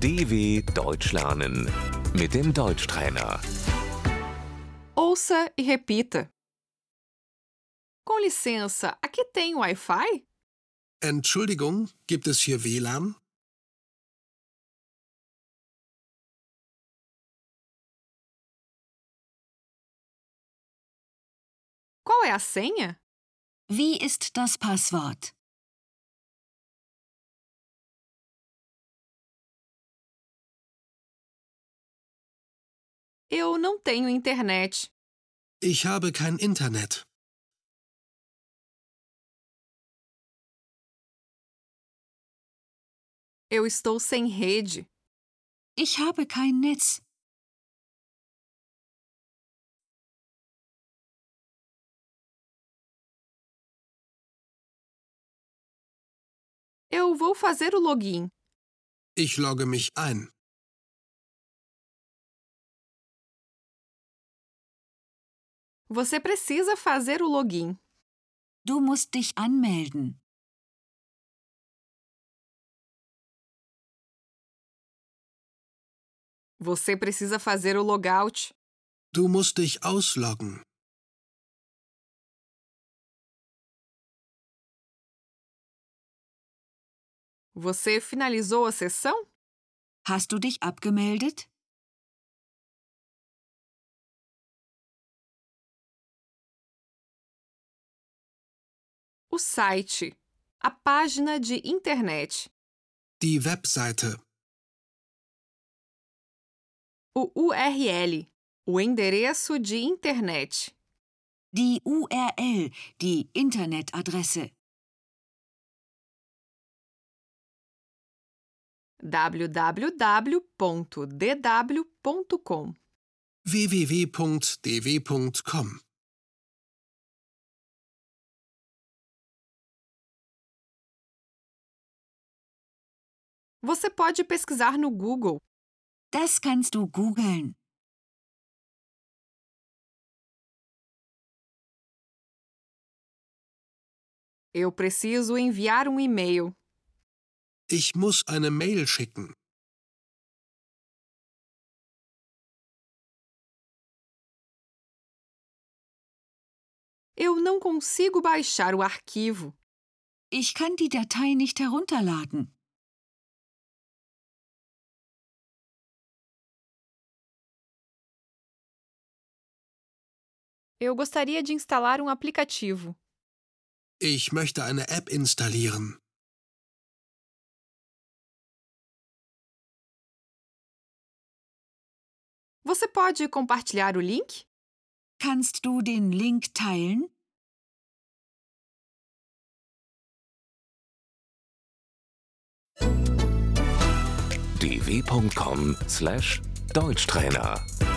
DW Deutsch lernen mit dem Deutschtrainer. Ouça e repita. Com licença, aqui tem Wi-Fi? Entschuldigung, gibt es hier WLAN? Qual é a senha? Wie ist das Passwort? Eu não tenho internet. Ich habe kein Internet. Eu estou sem rede. Ich habe kein Netz. Eu vou fazer o login. Ich logge mich ein. Você precisa fazer o login. Du musst dich anmelden. Você precisa fazer o logout. Du musst dich ausloggen. Você finalizou a sessão? Hast du dich abgemeldet? O site. A página de internet. Die Webseite. O URL. O endereço de internet. Die URL, die Internetadresse. www.dw.com. www.dw.com Você pode pesquisar no Google. Das kannst du googeln. Eu preciso enviar um e-mail. Ich muss eine Mail schicken. Eu não consigo baixar o arquivo. Ich kann die Datei nicht herunterladen. Eu gostaria de instalar um aplicativo. Ich möchte eine App installieren. Você pode compartilhar o link? Kannst du den Link teilen? dw.com/deutschtrainer